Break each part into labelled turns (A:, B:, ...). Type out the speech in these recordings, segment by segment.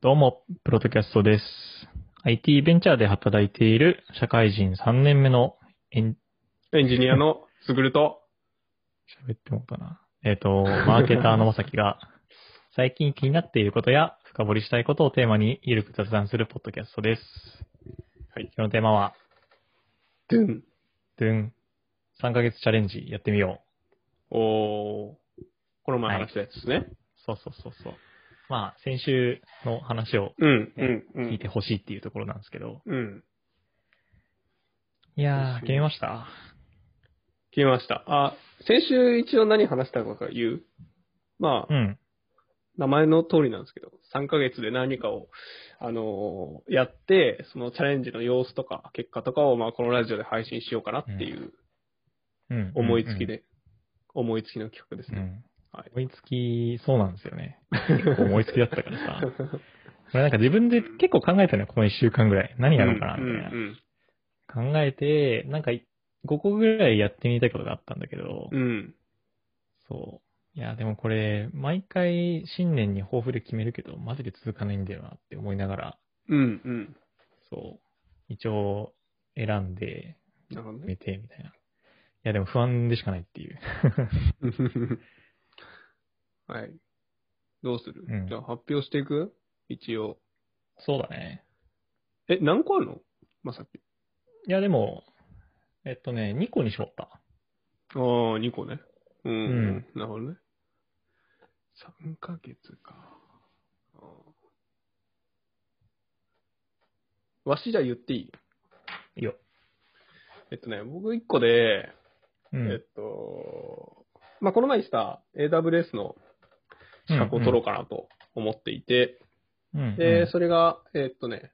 A: どうも、プロトキャストです。IT ベンチャーで働いている社会人3年目のエン、
B: エンジニアのすぐると、
A: 喋ってもらおうかな。えっ、 と、マーケターのまさきが、最近気になっていることや深掘りしたいことをテーマにゆるく雑談するポッドキャストです。
B: はい。
A: 今日のテーマは、
B: ドゥン。
A: ドゥン、3ヶ月チャレンジやってみよう。
B: おー、この前話したやつですね。
A: そうそうそうそう。まあ、先週の話を
B: うん、うん、う
A: 聞い
B: ん。
A: てほしいっていうところなんですけど。
B: うん。
A: いやー、決めました
B: 決めました。あ、先週一応何話したのか言うま
A: う、
B: あ
A: ん。
B: 名前の通りなんですけど、3ヶ月で何かを、あのーやって、そのチャレンジの様子とか、結果とかを、まあ、このラジオで配信しようかなっていう
A: うん。
B: 思いつきで、思いつきの企画です
A: うん。う
B: ね。
A: ん。
B: はい。
A: 思いつき、そうなんですよね。結構思いつきだった からさ。これなんか自分で結構考えたのよ、この一週間ぐらい。何やろうかな、みたいな。
B: うん、
A: 考えて、なんか5個ぐらいやってみたいことがあったんだけど、
B: うん、うん。
A: そう。いや、でもこれ、毎回新年に抱負で決めるけど、マジで続かないんだよなって思いながら、
B: うん、うん。
A: そう。一応、選んで、
B: なるほど
A: 決
B: ね。
A: めて、みたいな。いや、でも不安でしかないっていう。
B: はい。どうする、
A: うん
B: じゃあ発表していく一応。
A: そうだね。
B: え、何個あるのまさき。
A: いや、でも、えっとね、2個に絞った。
B: ああ、2個ね。うん。
A: うん
B: なるほどね。3ヶ月か。あーわしじゃあ言っていい
A: いいよ。
B: えっとね、僕1個で、
A: う
B: えっ
A: ん。
B: と、まあ、この前にした、AWS の資格を取ろうかなと思っていて、
A: うん。
B: で、それが、えーっとね、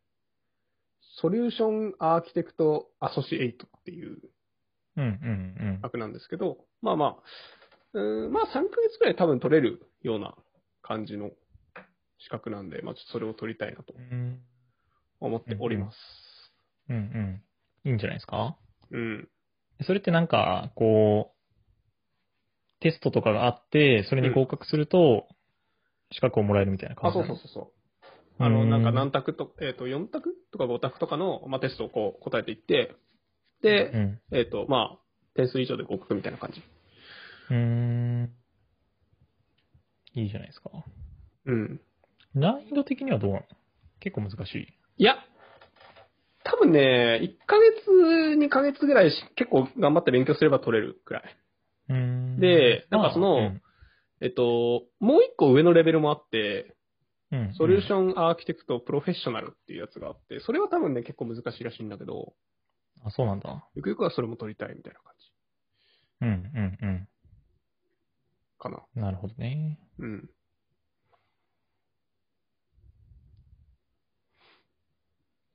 B: ソリューションアーキテクトアソシエイトっていう
A: うん、うん、
B: 枠なんですけど、まあまあ、うーんまあ3ヶ月くらい多分取れるような感じの資格なんで、まあちょっとそれを取りたいなと
A: うん。うん
B: 思っております。
A: うんうん。いいんじゃないですか
B: うん。
A: それってなんか、こう、テストとかがあって、それに合格すると、資格をもらえるみたいな
B: あ、
A: 感じ
B: そう
A: な
B: そ
A: の
B: うそうそう。あの、
A: うん
B: なんか何択と、えーっ、と、4択とか5択とかの、まあ、テストをこう答えていって、で、
A: うん。
B: えーっ、と、まあ、点数以上で合格みたいな感じ。
A: うーん。いいじゃないですか。
B: うん。
A: 難易度的にはどうなの結構難しい。
B: いや、多分ね、1ヶ月、2ヶ月ぐらいし結構頑張って勉強すれば取れるくらい。
A: うーん
B: でなんかその
A: まあうん
B: えっと、もう1個上のレベルもあって、
A: うん
B: ソリューションアーキテクトプロフェッショナルっていうやつがあって、それは多分ね、結構難しいらしいんだけど、
A: あ、そうなんだ。
B: ゆくゆくはそれも取りたいみたいな感じ
A: うん、うん、
B: かな。
A: うん。なるほどね。
B: うん。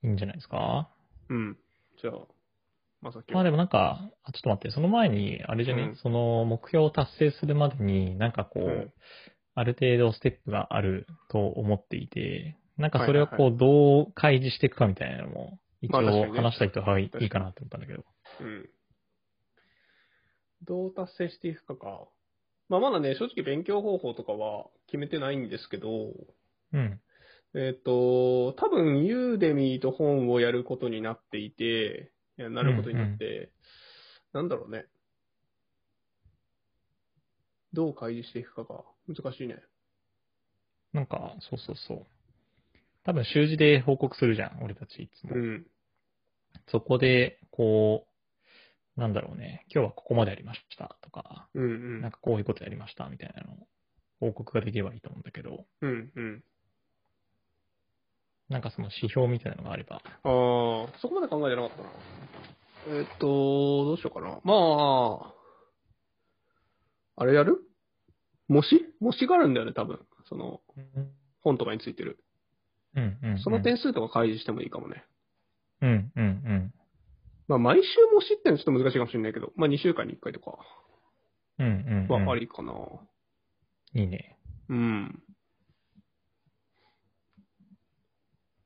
A: いいんじゃないですか
B: うん。じゃあ、まさき
A: まあ
B: は
A: でもなんか、あちょっと待って、その前に、あれじゃね、
B: うん
A: その目標を達成するまでに、なんかこう、
B: うん
A: ある程度ステップがあると思っていて、なんかそれを
B: はい
A: こう、どう開示していくかみたいなのも、一
B: まあ確か
A: 応
B: にね
A: 話したいと、はい、
B: かに
A: いいかなって思ったんだけど。
B: うん。どう達成していくかか。まあ、まだね、正直勉強方法とかは決めてないんですけど、
A: うん。
B: えっ、と、多分、ユーデミーと本をやることになっていて、いやなることになって、なんだろうね。どう開示していくかが難しいね。
A: なんか、そうそうそう。多分、習字で報告するじゃん、俺たちいつも。
B: うん。
A: そこで、こう、なんだろうね、今日はここまでやりましたとか、
B: うんう
A: なん
B: ん。
A: かこういうことやりましたみたいなのを報告ができればいいと思うんだけど、
B: うんうん。
A: なんかその指標みたいなのがあれば。
B: ああ、そこまで考えてなかったな。えっ、と、どうしようかな。まあ、あれやる模試模試があるんだよね、多分。その、
A: うん、
B: 本とかについてる。
A: うん、うん。
B: その点数とか開示してもいいかもね。
A: うん、うん、うん。
B: まあ、毎週模試ってのはちょっと難しいかもしれないけど、まあ、2週間に1回とか
A: うん、うん、うん。
B: はありかな。
A: いいね。
B: うん。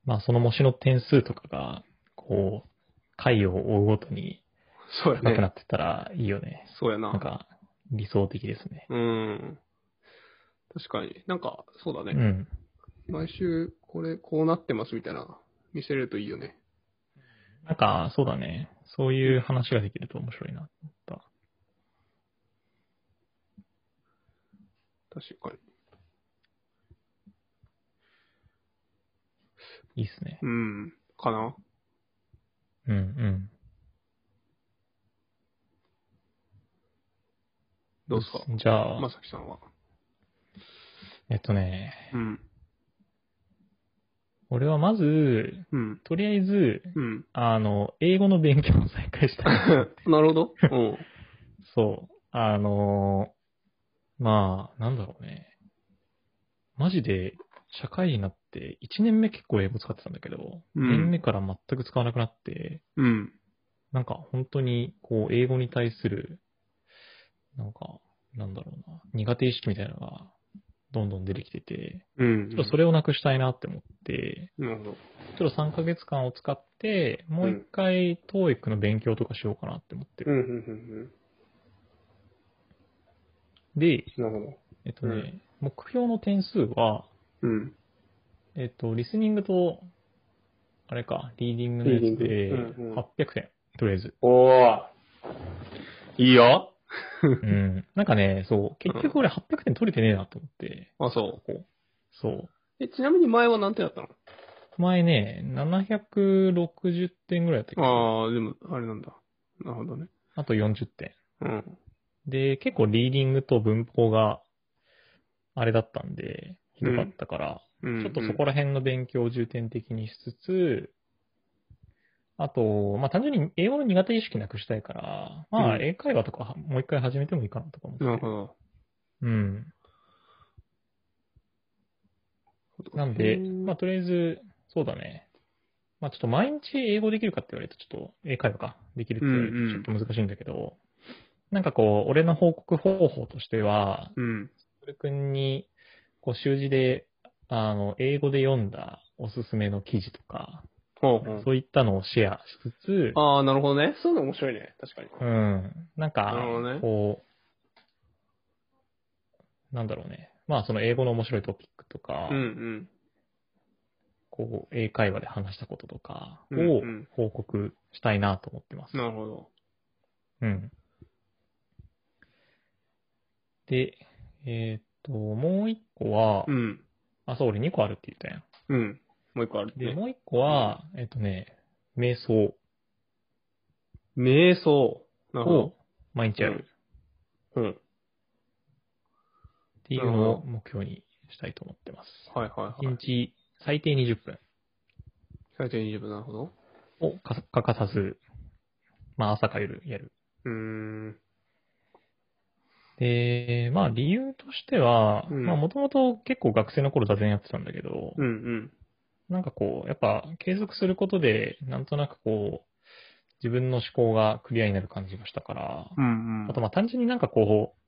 A: まあ、その模試の点数とかが、こう、回を追うごとに
B: そうや
A: 高くな
B: ね。
A: ってったらいいよね。
B: そうや
A: なん
B: な。
A: か、理想的ですね。
B: うん。確かに。なんか、そうだ
A: う
B: ね。
A: ん。
B: 毎週これこうなってますみたいな、見せれるといいよね。
A: なんか、そうだね。そういう話ができると面白いな。
B: 確か
A: い
B: に。
A: いっすね。
B: うん。かな。
A: うんうん。
B: どうですか
A: じゃあ、
B: まさきさんは。
A: えっとね、
B: うん。
A: 俺はまず、
B: うん。
A: とりあえず、
B: うん。
A: あの、英語の勉強を再開したい。
B: なるほど。うん。
A: そう。あのーまあ、なんだろうね。マジで、社会人になって、1年目結構英語使ってたんだけど、
B: う
A: 二2
B: ん
A: 年目から全く使わなくなって、
B: うん。
A: なんか本当に、こう、英語に対する、なんか、なんだろうな、苦手意識みたいなのが、どんどん出てきてて、
B: うん。
A: ちょっとそれをなくしたいなって思って、
B: なるほど。
A: ちょっと3ヶ月間を使って、もう一回、TOEIC の勉強とかしようかなって思って
B: う
A: る。
B: ん。うん。うん。
A: で、
B: うんなるほど。
A: えっとね、目標の点数は、
B: うん。
A: えっと、リスニングと、あれか、リーディングのやつ
B: リ
A: で
B: ーディングうんうん、
A: 800点、とりあえ ず。
B: おー。いいよ。
A: うん。なんかね、そう、結局俺800点取れてねえなと思って、
B: あ、そ
A: そう。
B: う。え、ちなみに前は何点だったの
A: 前ね、760点ぐらいだったけど、
B: ああ、でも、あれなんだ。なるほどね。
A: あと40点。
B: うん。
A: で、結構リーディングと文法が、あれだったんで、ひどかったから、
B: うん、
A: ちょっとそこら辺の勉強を重点的にしつつ、あと、まあ、単純に英語の苦手意識なくしたいから、まあ、
B: うん
A: 英会話とかはもう一回始めてもいいかなとか思って。
B: なるほど。
A: うん。なんで、まあ、とりあえず、そうだね。まあ、ちょっと毎日英語できるかって言われると、ちょっと英会話か、できるって言われるとちょっと難しいんだけど、なんかこう、俺の報告方法としては、
B: うん。
A: それくんに、こう、習字で、あの、英語で読んだおすすめの記事とか、
B: ほうほう。
A: そういったのをシェアしつつ、
B: ああ、なるほどね。そういうの面白いね。確かに。
A: うん、なんか
B: なるほどね、
A: こう、なんだろうね。まあ、その英語の面白いトピックとか、
B: うん
A: こう、英会話で話したこととか
B: うん
A: を
B: うん
A: 報告したいなと思ってます。
B: うん。なるほど。
A: うん。で、えーっと、もう一個は、
B: うん。
A: あ、そう、俺二個あるって言ったやん。
B: うん。もう一個ある
A: で、
B: ね。
A: もう一個は、えっとね、瞑想
B: 瞑想。なるほ
A: を
B: ど。
A: 毎日やる
B: うん。
A: っていうのを目標にしたいと思ってます。
B: はいはいはい
A: 1。日最低20分
B: 最低20分、なるほど。
A: をか欠かさず、まあ朝か夜やる。
B: うーん。
A: で、まあ理由としては、
B: うん
A: まあもともと結構学生の頃座禅やってたんだけど、
B: うんうん。
A: なんかこう、やっぱ継続することで、なんとなくこう、自分の思考がクリアになる感じがしたから、
B: うんうん
A: あと。まあ単純になんかこう、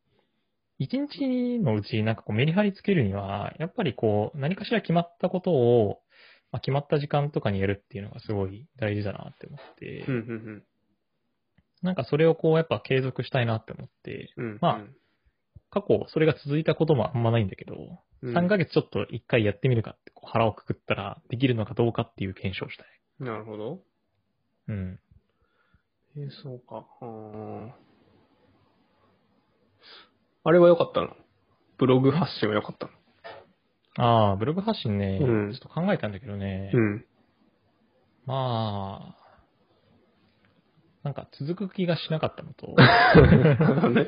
A: 一日のうちなんかこうメリハリつけるには、やっぱりこう何かしら決まったことを、まあ、決まった時間とかにやるっていうのがすごい大事だなって思って、
B: うんうん
A: なんかそれをこうやっぱ継続したいなって思って、
B: うん。うん。
A: まあ過去それが続いたこともあんまないんだけど、
B: うん、
A: 3ヶ月ちょっと1回やってみるかってこう腹をくくったらできるのかどうかっていう検証をしたい。
B: なるほど。
A: うん。
B: えー、そうか。うーんあれは良かったのブログ発信は良かったの
A: ああ、ブログ発信ね、
B: うん
A: ちょっと考えたんだけどね、
B: うん。
A: まあ、なんか続く気がしなかったの と、
B: ね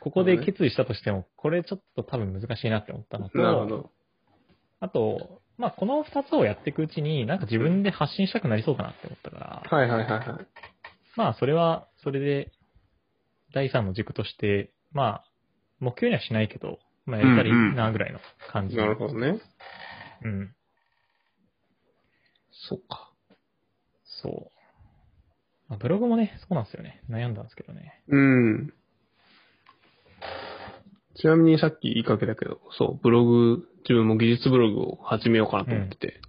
A: ここで決意したとしても、これちょっと多分難しいなって思ったの
B: なるほ
A: と、
B: ど。
A: あと、まあこの2つをやっていくうちに、なんか自分で発信したくなりそうだなって思ったから、
B: はいはいはいはい。
A: まあ、それは、それで、第三の軸として、まあ、目標にはしないけど、まあ、やったり
B: うんうん
A: な、ぐらいの感じ。
B: なるほどね。
A: うん。
B: そっか。
A: そう。まあ、ブログもね、そうなんですよね。悩んだんですけどね。
B: うん。ちなみにさっき言いかけたけど、そう、ブログ、自分も技術ブログを始めようかなと思ってて。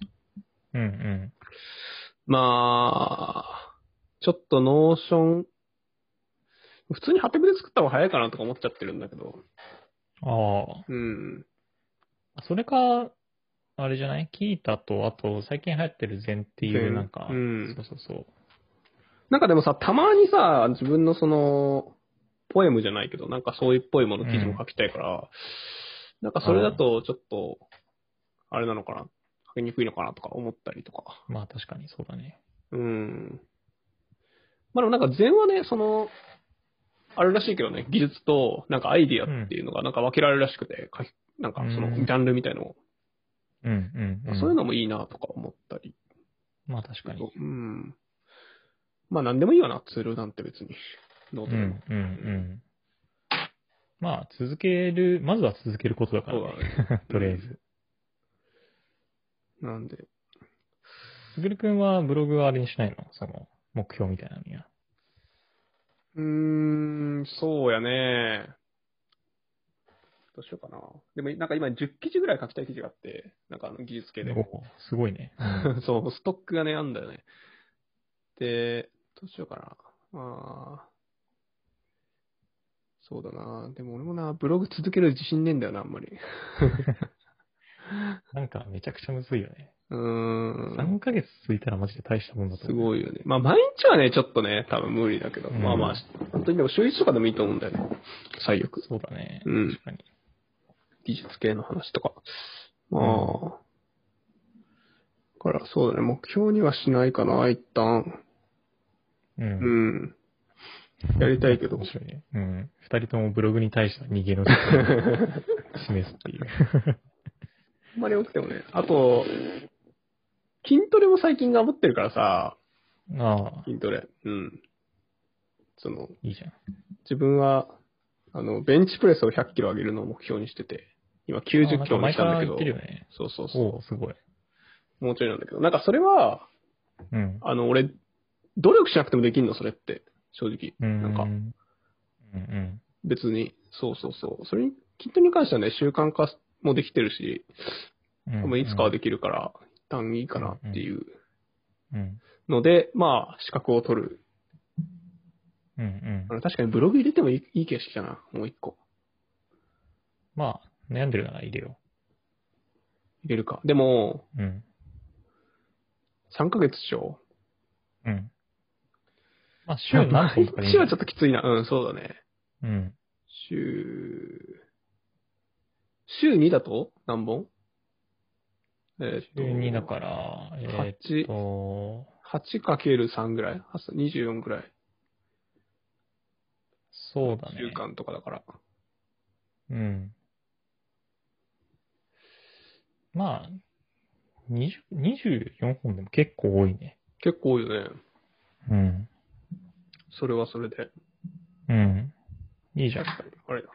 A: うんうん。
B: まあ、ちょっとノーション、普通にハテブで作った方が早いかなとか思っちゃってるんだけど。
A: あ
B: うん。
A: あ。それか、あれじゃないキータと、あと、最近流行ってる禅っていう、
B: 禅
A: なんか、
B: うん
A: そうそうそう。
B: なんかでもさ、たまにさ、自分のその、ポエムじゃないけど、なんかそういうポエムの記事も書きたいから、なんかそれだとちょっと、あれなのかな、書きにくいのかなとか思ったりとか。
A: まあ確かにそうだね。
B: うん。まあでもなんか禅はね、その、あるらしいけどね、技術となんかアイディアっていうのがなんか分けられるらしくて、書きなんかその
A: うん
B: ジャンルみたいのを、
A: うんうん、うん。
B: そういうのもいいなとか思ったり。
A: まあ確かに。
B: うん。まあ何でもいいよな、ツールなんて別に。ノー
A: う
B: ト
A: ん
B: でも。
A: うんうん。まあ続ける、まずは続けることだから、ね、
B: そうだね
A: とりあえず。
B: なんで。
A: すぐるくんはブログはあれにしないのその、目標みたいなのには。
B: うーん、そうやね。どうしようかな。でも、なんか今10記事ぐらい書きたい記事があって、なんかあの技術系で。
A: おおすごいね。
B: そう、ストックがね、あんだよね。で、どうしようかな。まあ、そうだな。でも俺もな、ブログ続ける自信ねえんだよな、あんまり。
A: なんかめちゃくちゃむずいよね。
B: うーん。
A: 3ヶ月続いたらマジで大したもんだと
B: す
A: 思う。
B: ごいよね。まあ、毎日はね、ちょっとね、多分無理だけど。
A: うん
B: まあまあ、本当にでも週1とかでもいいと思うんだよね。最悪。
A: そうだね。
B: うん
A: 確かに。
B: 技術系の話とか。まあ。だからそうだね、目標にはしないかな、一旦。
A: う。
B: うんん。やりたいけど
A: 面。白いね。うん。二人ともブログに対しては逃げの
B: あ
A: 姿勢を示すっていう。
B: んまり起きてもね。あと、筋トレも最近頑張ってるからさ、
A: ああ、
B: 筋トレ。うん。その、
A: いいじゃん。
B: 自分は、あの、ベンチプレスを100キロ上げるのを目標にしてて、今90キロに
A: 毎
B: したんだ
A: 回
B: け
A: 言
B: ど
A: って、るよね。
B: そうそうそ
A: おおすごい。
B: う、もうちょいなんだけど、なんかそれは、
A: うん。
B: あの、俺、努力しなくてもできんの、それって、正直。
A: うん。
B: なんか
A: う、んうん。
B: 別に。そうそうそう。それに、きっとに関してはね、習慣化もできてるし、
A: うん
B: もういつかはできるから、一旦いいかなっていう
A: うん。
B: ので、まあ、資格を取る。
A: うんうん
B: あ。の確かにブログ入れてもいいいい形式だな、もう一個。
A: まあ、悩んでるなら入れよ
B: 入れるか。でも、
A: う。うん。
B: 3ヶ月でしょ
A: うん。まあ、週
B: 週
A: 何本とかでいいんじゃ
B: は
A: な
B: ちょっときついな。うん、そうだね。
A: いうん。
B: 週、週2だと何本えーっと、
A: 週二だから、えーっと、
B: 8×3 ぐらい ?24 ぐらい。
A: そうだね。
B: 週間とかだから。
A: うん。まあ、20 24本でも結構多いね。
B: 結構多いよね。
A: うん。
B: それはそれで。
A: うん。いいじゃん
B: 確。かに。あれだ。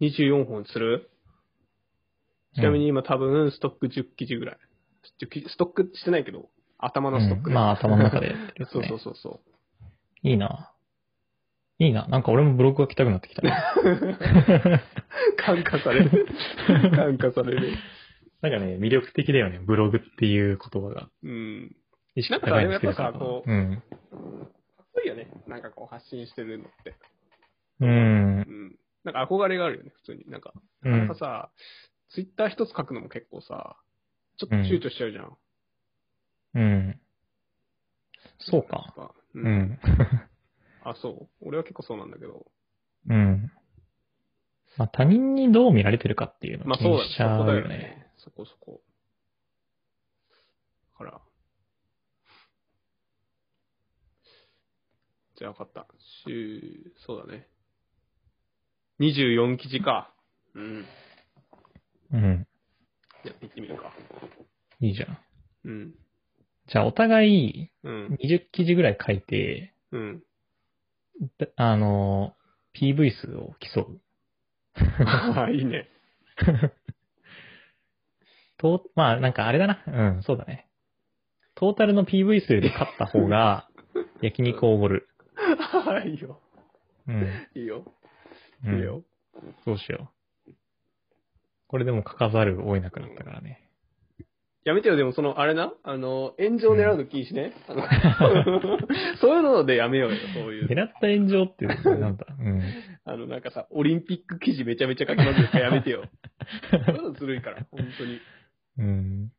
B: 24本するちなみに今多分ストック10記事ぐらい。10記事ストックしてないけど、頭のストック
A: う
B: ね
A: んまあ、頭の中でやってる、ね。
B: そうそうそうそう。
A: いいな。いいな。なんか俺もブログが来たくなってき たな。
B: 感化され る。感化される。
A: なんかね、魅力的だよね。ブログっていう言葉が。
B: うん。
A: 意識高いんですけど。
B: なんかあれもやっぱさこう
A: うん。
B: かっこいいよね。なんかこう発信してるのって。
A: うん
B: う。ん。なんか憧れがあるよね、普通に。なんか、
A: う
B: なんか
A: ん。
B: さ、ツイッター一つ書くのも結構さ、ちょっと躊躇しちゃうじゃん。
A: うん。そうか。
B: やっぱ。う。
A: うんん。
B: あ、そう。俺は結構そうなんだけど。
A: うん。まあ、他人にどう見られてるかっていうの
B: ま
A: を
B: あ
A: 気
B: そう
A: に
B: だね
A: し。ち
B: そ
A: ゃ
B: こ
A: う
B: だ
A: よ
B: よ
A: ね。
B: ね。そこそこ。だから。じゃあ分かった。週、そうだね。24記事か。うん。
A: うん。
B: やっていってみるか。
A: いいじゃん。
B: うん。
A: じゃあ、お互い
B: うん。
A: 20記事ぐらい書いて、
B: うん。
A: だあの、PV 数を競う。
B: いいね。
A: と、まあ、なんかあれだな。うん、そうだね。トータルの PV 数で勝った方が、焼肉をおごる。
B: いいよ。
A: うん。
B: いいよ。
A: う
B: い
A: ん
B: い。よ。
A: どうしよう。これでも書かざるを得なくなったからね。
B: やめてよ、でもその、あれな、あの、炎上狙うの禁止ね。あのそういうのでやめようよ、そういう。
A: 狙った炎上っていうの はなんだ。うん。
B: あの、なんかさ、オリンピック記事めちゃめちゃ書きまくるからやめ てよ。そういうのずるいから、本当に。
A: うん。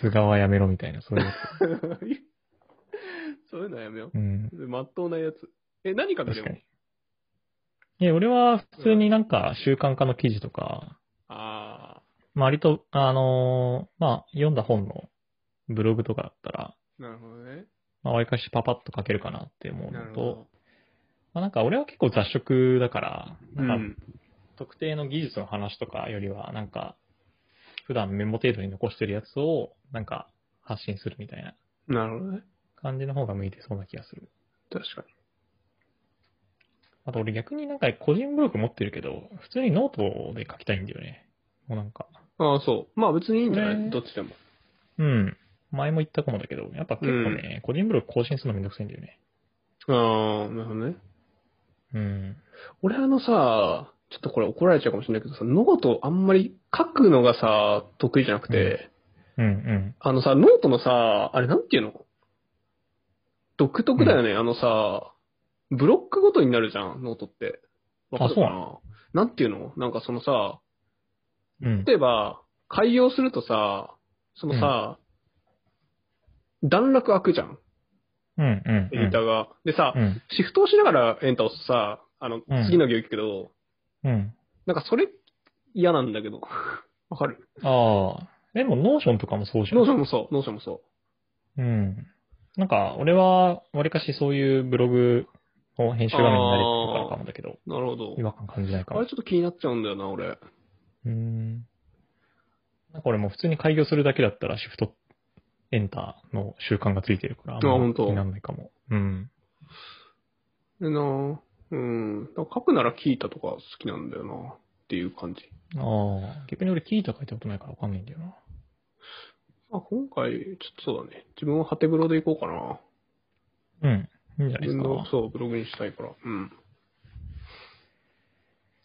A: 菅はやめろみたいな、そういうや
B: そういうのはやめよ
A: つ。 うん。
B: う。まっとうなやつ。え、何かで
A: 確か
B: も
A: に。いや、俺は普通になんか習慣化の記事とか、
B: あ
A: まあ、割と、あのーまあ、読んだ本のブログとかだったら、
B: ー、なるほどね。
A: まあ、わりかしパパッと書けるかなって思う
B: なる
A: の
B: ほ
A: と
B: ど、。
A: まあ、なんか俺は結構雑食だから、
B: う
A: なんか
B: ん。
A: 特定の技術の話とかよりは、なんか、普段メモ程度に残してるやつを、なんか、発信するみたいな
B: なるほどね。
A: 感じの方が向いてそうな気がする。
B: 確か
A: あと俺逆になんか個人ブログ持ってるけど、普通にノートで書きたいんだよね。もうなんか、
B: に。ああ、そう。まあ別にいいんじゃない、
A: ね
B: どっちでも。
A: うん。前も言ったかもだけど、やっぱ結構ね、個人ブログ更新するのめんどくさいんだよね。
B: ああ、なるほどね。
A: うん。
B: 俺あのさ、ちょっとこれ怒られちゃうかもしれないけどさ、ノートあんまり書くのがさ、得意じゃなくて、
A: うんうん。
B: あのさ、ノートのさ、あれなんていうの独特だよね、あのさ、ブロックごとになるじゃん、ノートって。わかる
A: あそ
B: か
A: うな
B: ななんていうのなんかそのさ、
A: うん。
B: 例えば、開業するとさ、そのさ、段落開くじゃん、
A: うんうん。
B: エディターが。でさ、
A: うん。
B: シフトをしながらエンター押すとさ、あの
A: うん、
B: 次の行行くけど、
A: うん。
B: なんかそれ嫌なんだけど。 わかる
A: ああ。でも、ノーションとかもそうじゃん。
B: ノーションも そう、ノーションもそ
A: うん。なんか、俺は、わりかしそういうブログの編集画面に慣れてるからかもだけど、
B: う。なるほど
A: 違。和感感じないか
B: あ
A: も
B: れ。ちょっと気になっちゃうんだよな、俺。
A: うん。なんか俺も普通に開業するだけだったら、シフト、エンターの習慣がついてるから、
B: あ
A: んま
B: 本当
A: 気にならないかも。うん。
B: でなぁうん。だから書くなら聞いたとか好きなんだよな、っていう感じ。
A: ああ。逆に俺、聞いた書いたことないからわかんないんだよな。
B: あ、今回、ちょっとそうだね。自分はハテブロで行こうかな。
A: うん。いいんじゃないで
B: 自
A: す
B: 分
A: か。
B: の、そう、ブログにしたいから。うん。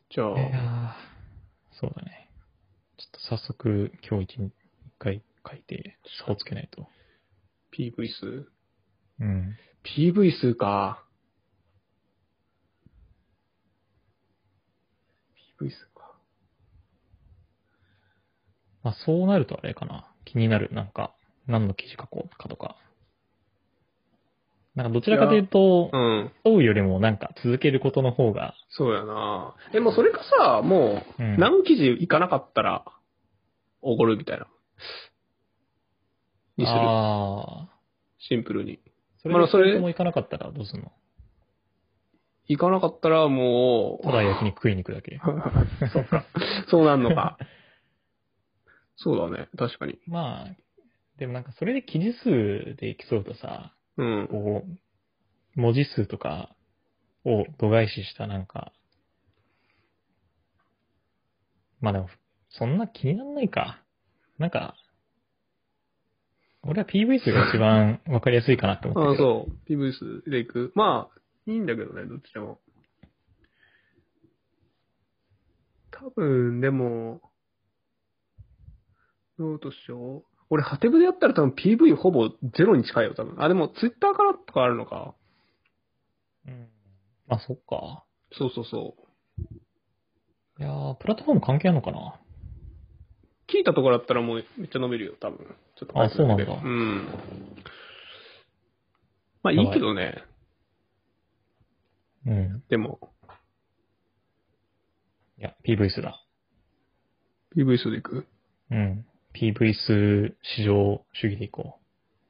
B: じゃあ、
A: いやーそうだね。ちょっと早速、今日一日一回書いて、差をつけないと。
B: PV 数
A: うん。
B: ?PV 数か。PV 数か。
A: まあ、そうなるとあれかな。気になる。なんか、何の記事書こうかとか。なんか、どちらかというと、
B: うん。
A: 問うよりも、なんか、続けることの方が、
B: そうやなえ、もうそれかさ、も
A: う
B: う
A: ん、
B: 何記事行かなかったら、おごるみたいな。にする。
A: ああ、
B: シンプルに。
A: それ
B: まあそれ
A: で、も行かなかったらどうすんの
B: 行かなかったらもう、
A: ただ焼き肉食いに行くだけ。
B: そうか。 そうなんのか。そうだね。確かに。
A: まあ、でもなんか、それで記事数で競うとさ、
B: うん。
A: こう、文字数とかを度外視したなんか、まあでも、そんな気にならないか。なんか、俺は PV 数が一番わかりやすいかなって思っ
B: あ
A: たけど。
B: そう。PV 数で行く。まあ、いいんだけどね、どっちでも。多分、でも、どうでしよう。俺、ハテブでやったら多分 PV ほぼゼロに近いよ、多分。あ、でも、ツイッターからとかあるのか。
A: うんまあそっか。
B: そうそうそう。
A: いやー、プラットフォーム関係あるのかな
B: 聞いたところだったらもうめっちゃ伸びるよ、多分。ちょっと書いてるだけで
A: あそうなんだ
B: うん。まあ、いいけどね。
A: うん。
B: でも、
A: いや、PV 数だ。
B: PV 数で行く
A: うん。PV 数市場主義でいこう。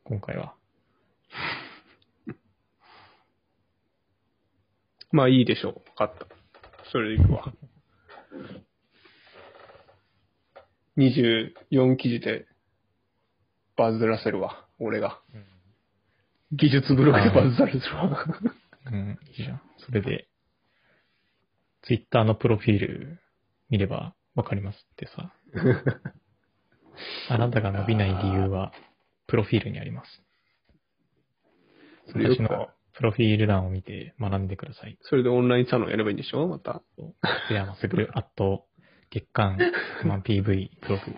A: 今回は。
B: まあいいでしょう。分かった。それでいくわ。24記事でバズらせるわ。俺が。技術ブログでバズらせるわ。
A: うん、いいじゃん。それで、ツイッターのプロフィール見ればわかりますってさ。あなたが伸びない理由は、プロフィールにあります。
B: それよ
A: 私
B: く
A: のプロフィール欄を見て学んでください。
B: それでオンラインサロンやればいいんでしょまた。
A: では、まっすぐ、あと、月間、100万 PV ブログ。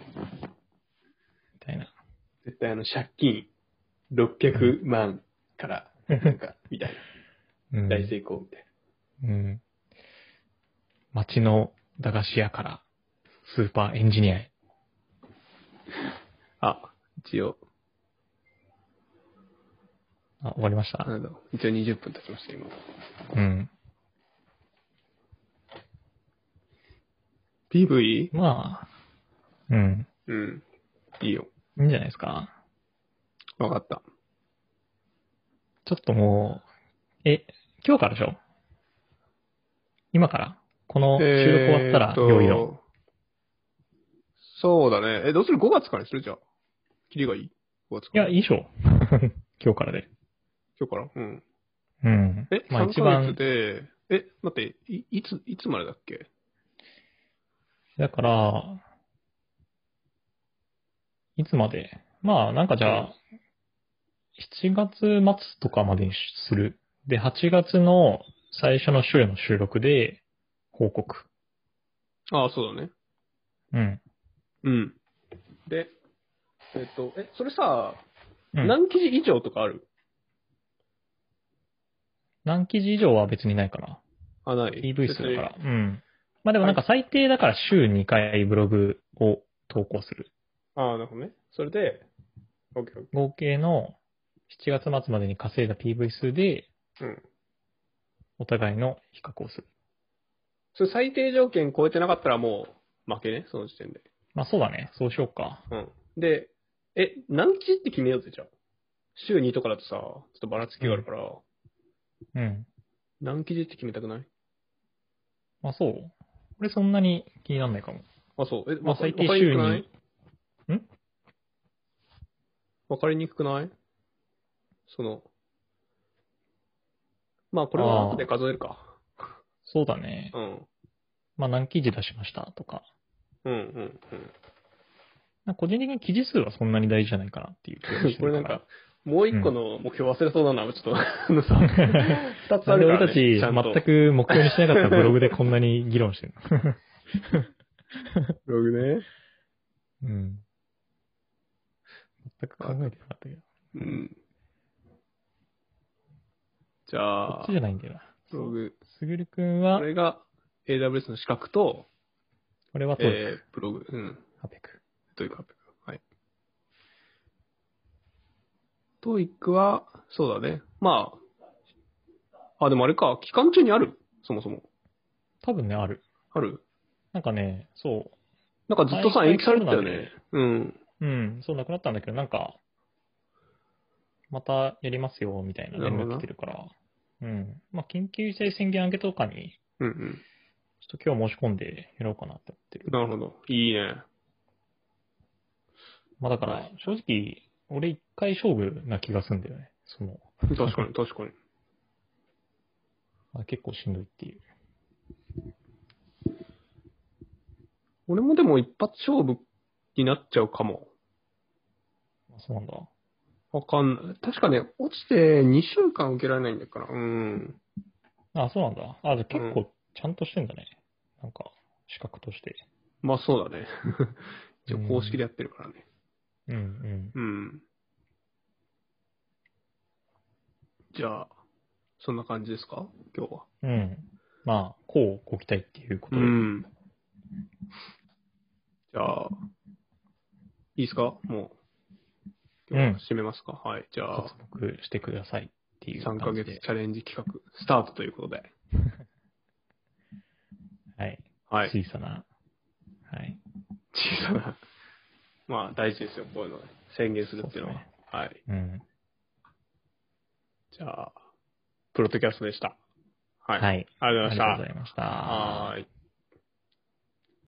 B: 絶対あの、借金600万から、なんか、みたい
A: うん
B: な。大成功みたい
A: うん。街の駄菓子屋から、スーパーエンジニアへ。
B: な。あ、一応、
A: あ、終わりました
B: あ。の、一応20分経ちました、今。
A: うん。
B: PV?
A: まあ、うん。
B: うん。いいよ。
A: いいんじゃないですか。
B: わかった。
A: ちょっともう、え、今日からでしょ今からこの収録終わったら、
B: えー
A: いよいよ。。
B: そうだね。え、どうする ?5 月からにするじゃあ。キリがいい ?5 月
A: い
B: から。
A: や、いいでしょ。 今日からで。
B: 今日からうん。
A: うん。
B: え、
A: まあ
B: 3
A: 一
B: ヶ月
A: 番、
B: で、え、待って、いいつ、いつまでだっけ
A: だから、いつまでまあ、なんかじゃあ、7月末とかまでにする。で、8月の最初の週の収録で、報告。
B: ああ、そうだね。
A: うん。
B: うん。で、えっと、え、それさ、
A: うん
B: 何記事以上とかある
A: 何記事以上は別にないかな。
B: あ、ない。
A: PV 数だから。うん。まあでもなんか最低だから週2回ブログを投稿する。
B: ああ、なるほどね。それで、オッケーオッケ
A: 合計の7月末までに稼いだ PV 数で、
B: ー。うん。
A: お互いの比較をする。
B: それ最低条件超えてなかったらもう負けね、その時点で。
A: まあそうだね。そうしようか。
B: うん。で、え、何記事って決めようぜ、じゃあ。週2とかだとさ、ちょっとばらつきがあるから、
A: うん。
B: 何記事って決めたくない
A: まあそう。俺そんなに気にならないかも。
B: あ、そう。え、
A: まあ
B: わかり
A: 最低
B: わかりに
A: 週
B: くく
A: に。
B: ない
A: ん
B: わかりにくくないその、まあこれは後で数えるか。
A: そうだね。
B: うん。
A: まあ何記事出しましたとか。
B: うんうんうん。
A: なんか個人的に記事数はそんなに大事じゃないかなっていう気がして
B: これな
A: る
B: ん
A: から。
B: か、もう一個の目標忘れそうだな、ちょっと、あ のさ、二つ
A: な
B: あ
A: んで
B: るから、
A: 俺
B: ね。
A: たち
B: ちゃんと
A: 全く目標にしてなかったブログでこんなに議論してる
B: ブログね。
A: の。うん。全く考えてなかったけど。
B: うん。じ
A: こ
B: ゃ
A: っ
B: あ
A: ち、じゃないんだよな。
B: ブログ。
A: すぐるくん
B: こ
A: は、
B: れが AWS の資格と、
A: これはトー
B: えー、ブログ。うん。
A: ク、800。
B: トイックはい。トイックは、そうだね。まあ、あ、でもあれか、期間中にあるそもそも。
A: 多分ね、ある。
B: ある
A: なんかね、そ
B: なんかずっとさ、
A: 毎回
B: 延期されてたよ
A: そうなんだ
B: ね。うん。
A: う。うん、そうなくなったんだけど、なんか、またやりますよ、みたいな連
B: なるほ
A: 絡
B: ど
A: 来てるから。うん。まあ、緊急事態宣言明けとかに、
B: うんうん。
A: ちょっと今日申し込んでやろうかなって思ってる。
B: なるほど。いいね。
A: まあ、だか
B: は
A: ら、正直、俺一回勝負な気がすんだよね。その、
B: 確かに、確かに。
A: まあ、結構しんどいっていう。
B: 俺もでも一発勝負になっちゃうかも。
A: まあ、そうなんだ。
B: わかんない。確かね、落ちて2週間受けられないんだから。うん。
A: あそうなんだ。あ、じゃあ結構ちゃんとしてんだね。なんか、資格として。
B: まあそうだね。 一応公式でやってるからね。
A: うんうん。
B: うん。じゃあ、そんな感じですか今日は。
A: うん。まあ、こうご期待っていうことで。
B: ん。じゃあ、いいですかもう。今日は締めますか、はい。じゃ
A: 脱
B: あ、
A: 目してくださいっていう
B: 3ヶ
A: 感じ
B: 月
A: で。
B: チャレンジ企画、スタートということで。
A: はい。
B: はい。
A: 小さな。はい。
B: 小さな。まあ、大事ですよ。こういうのね。宣言するっていうのは。
A: そうで
B: はい。
A: うん。
B: じゃあ、プロトキャストでした。はい。
A: はい。
B: あり
A: あ
B: がと
A: り
B: うございまし
A: が
B: た。
A: とうございました。
B: はーい。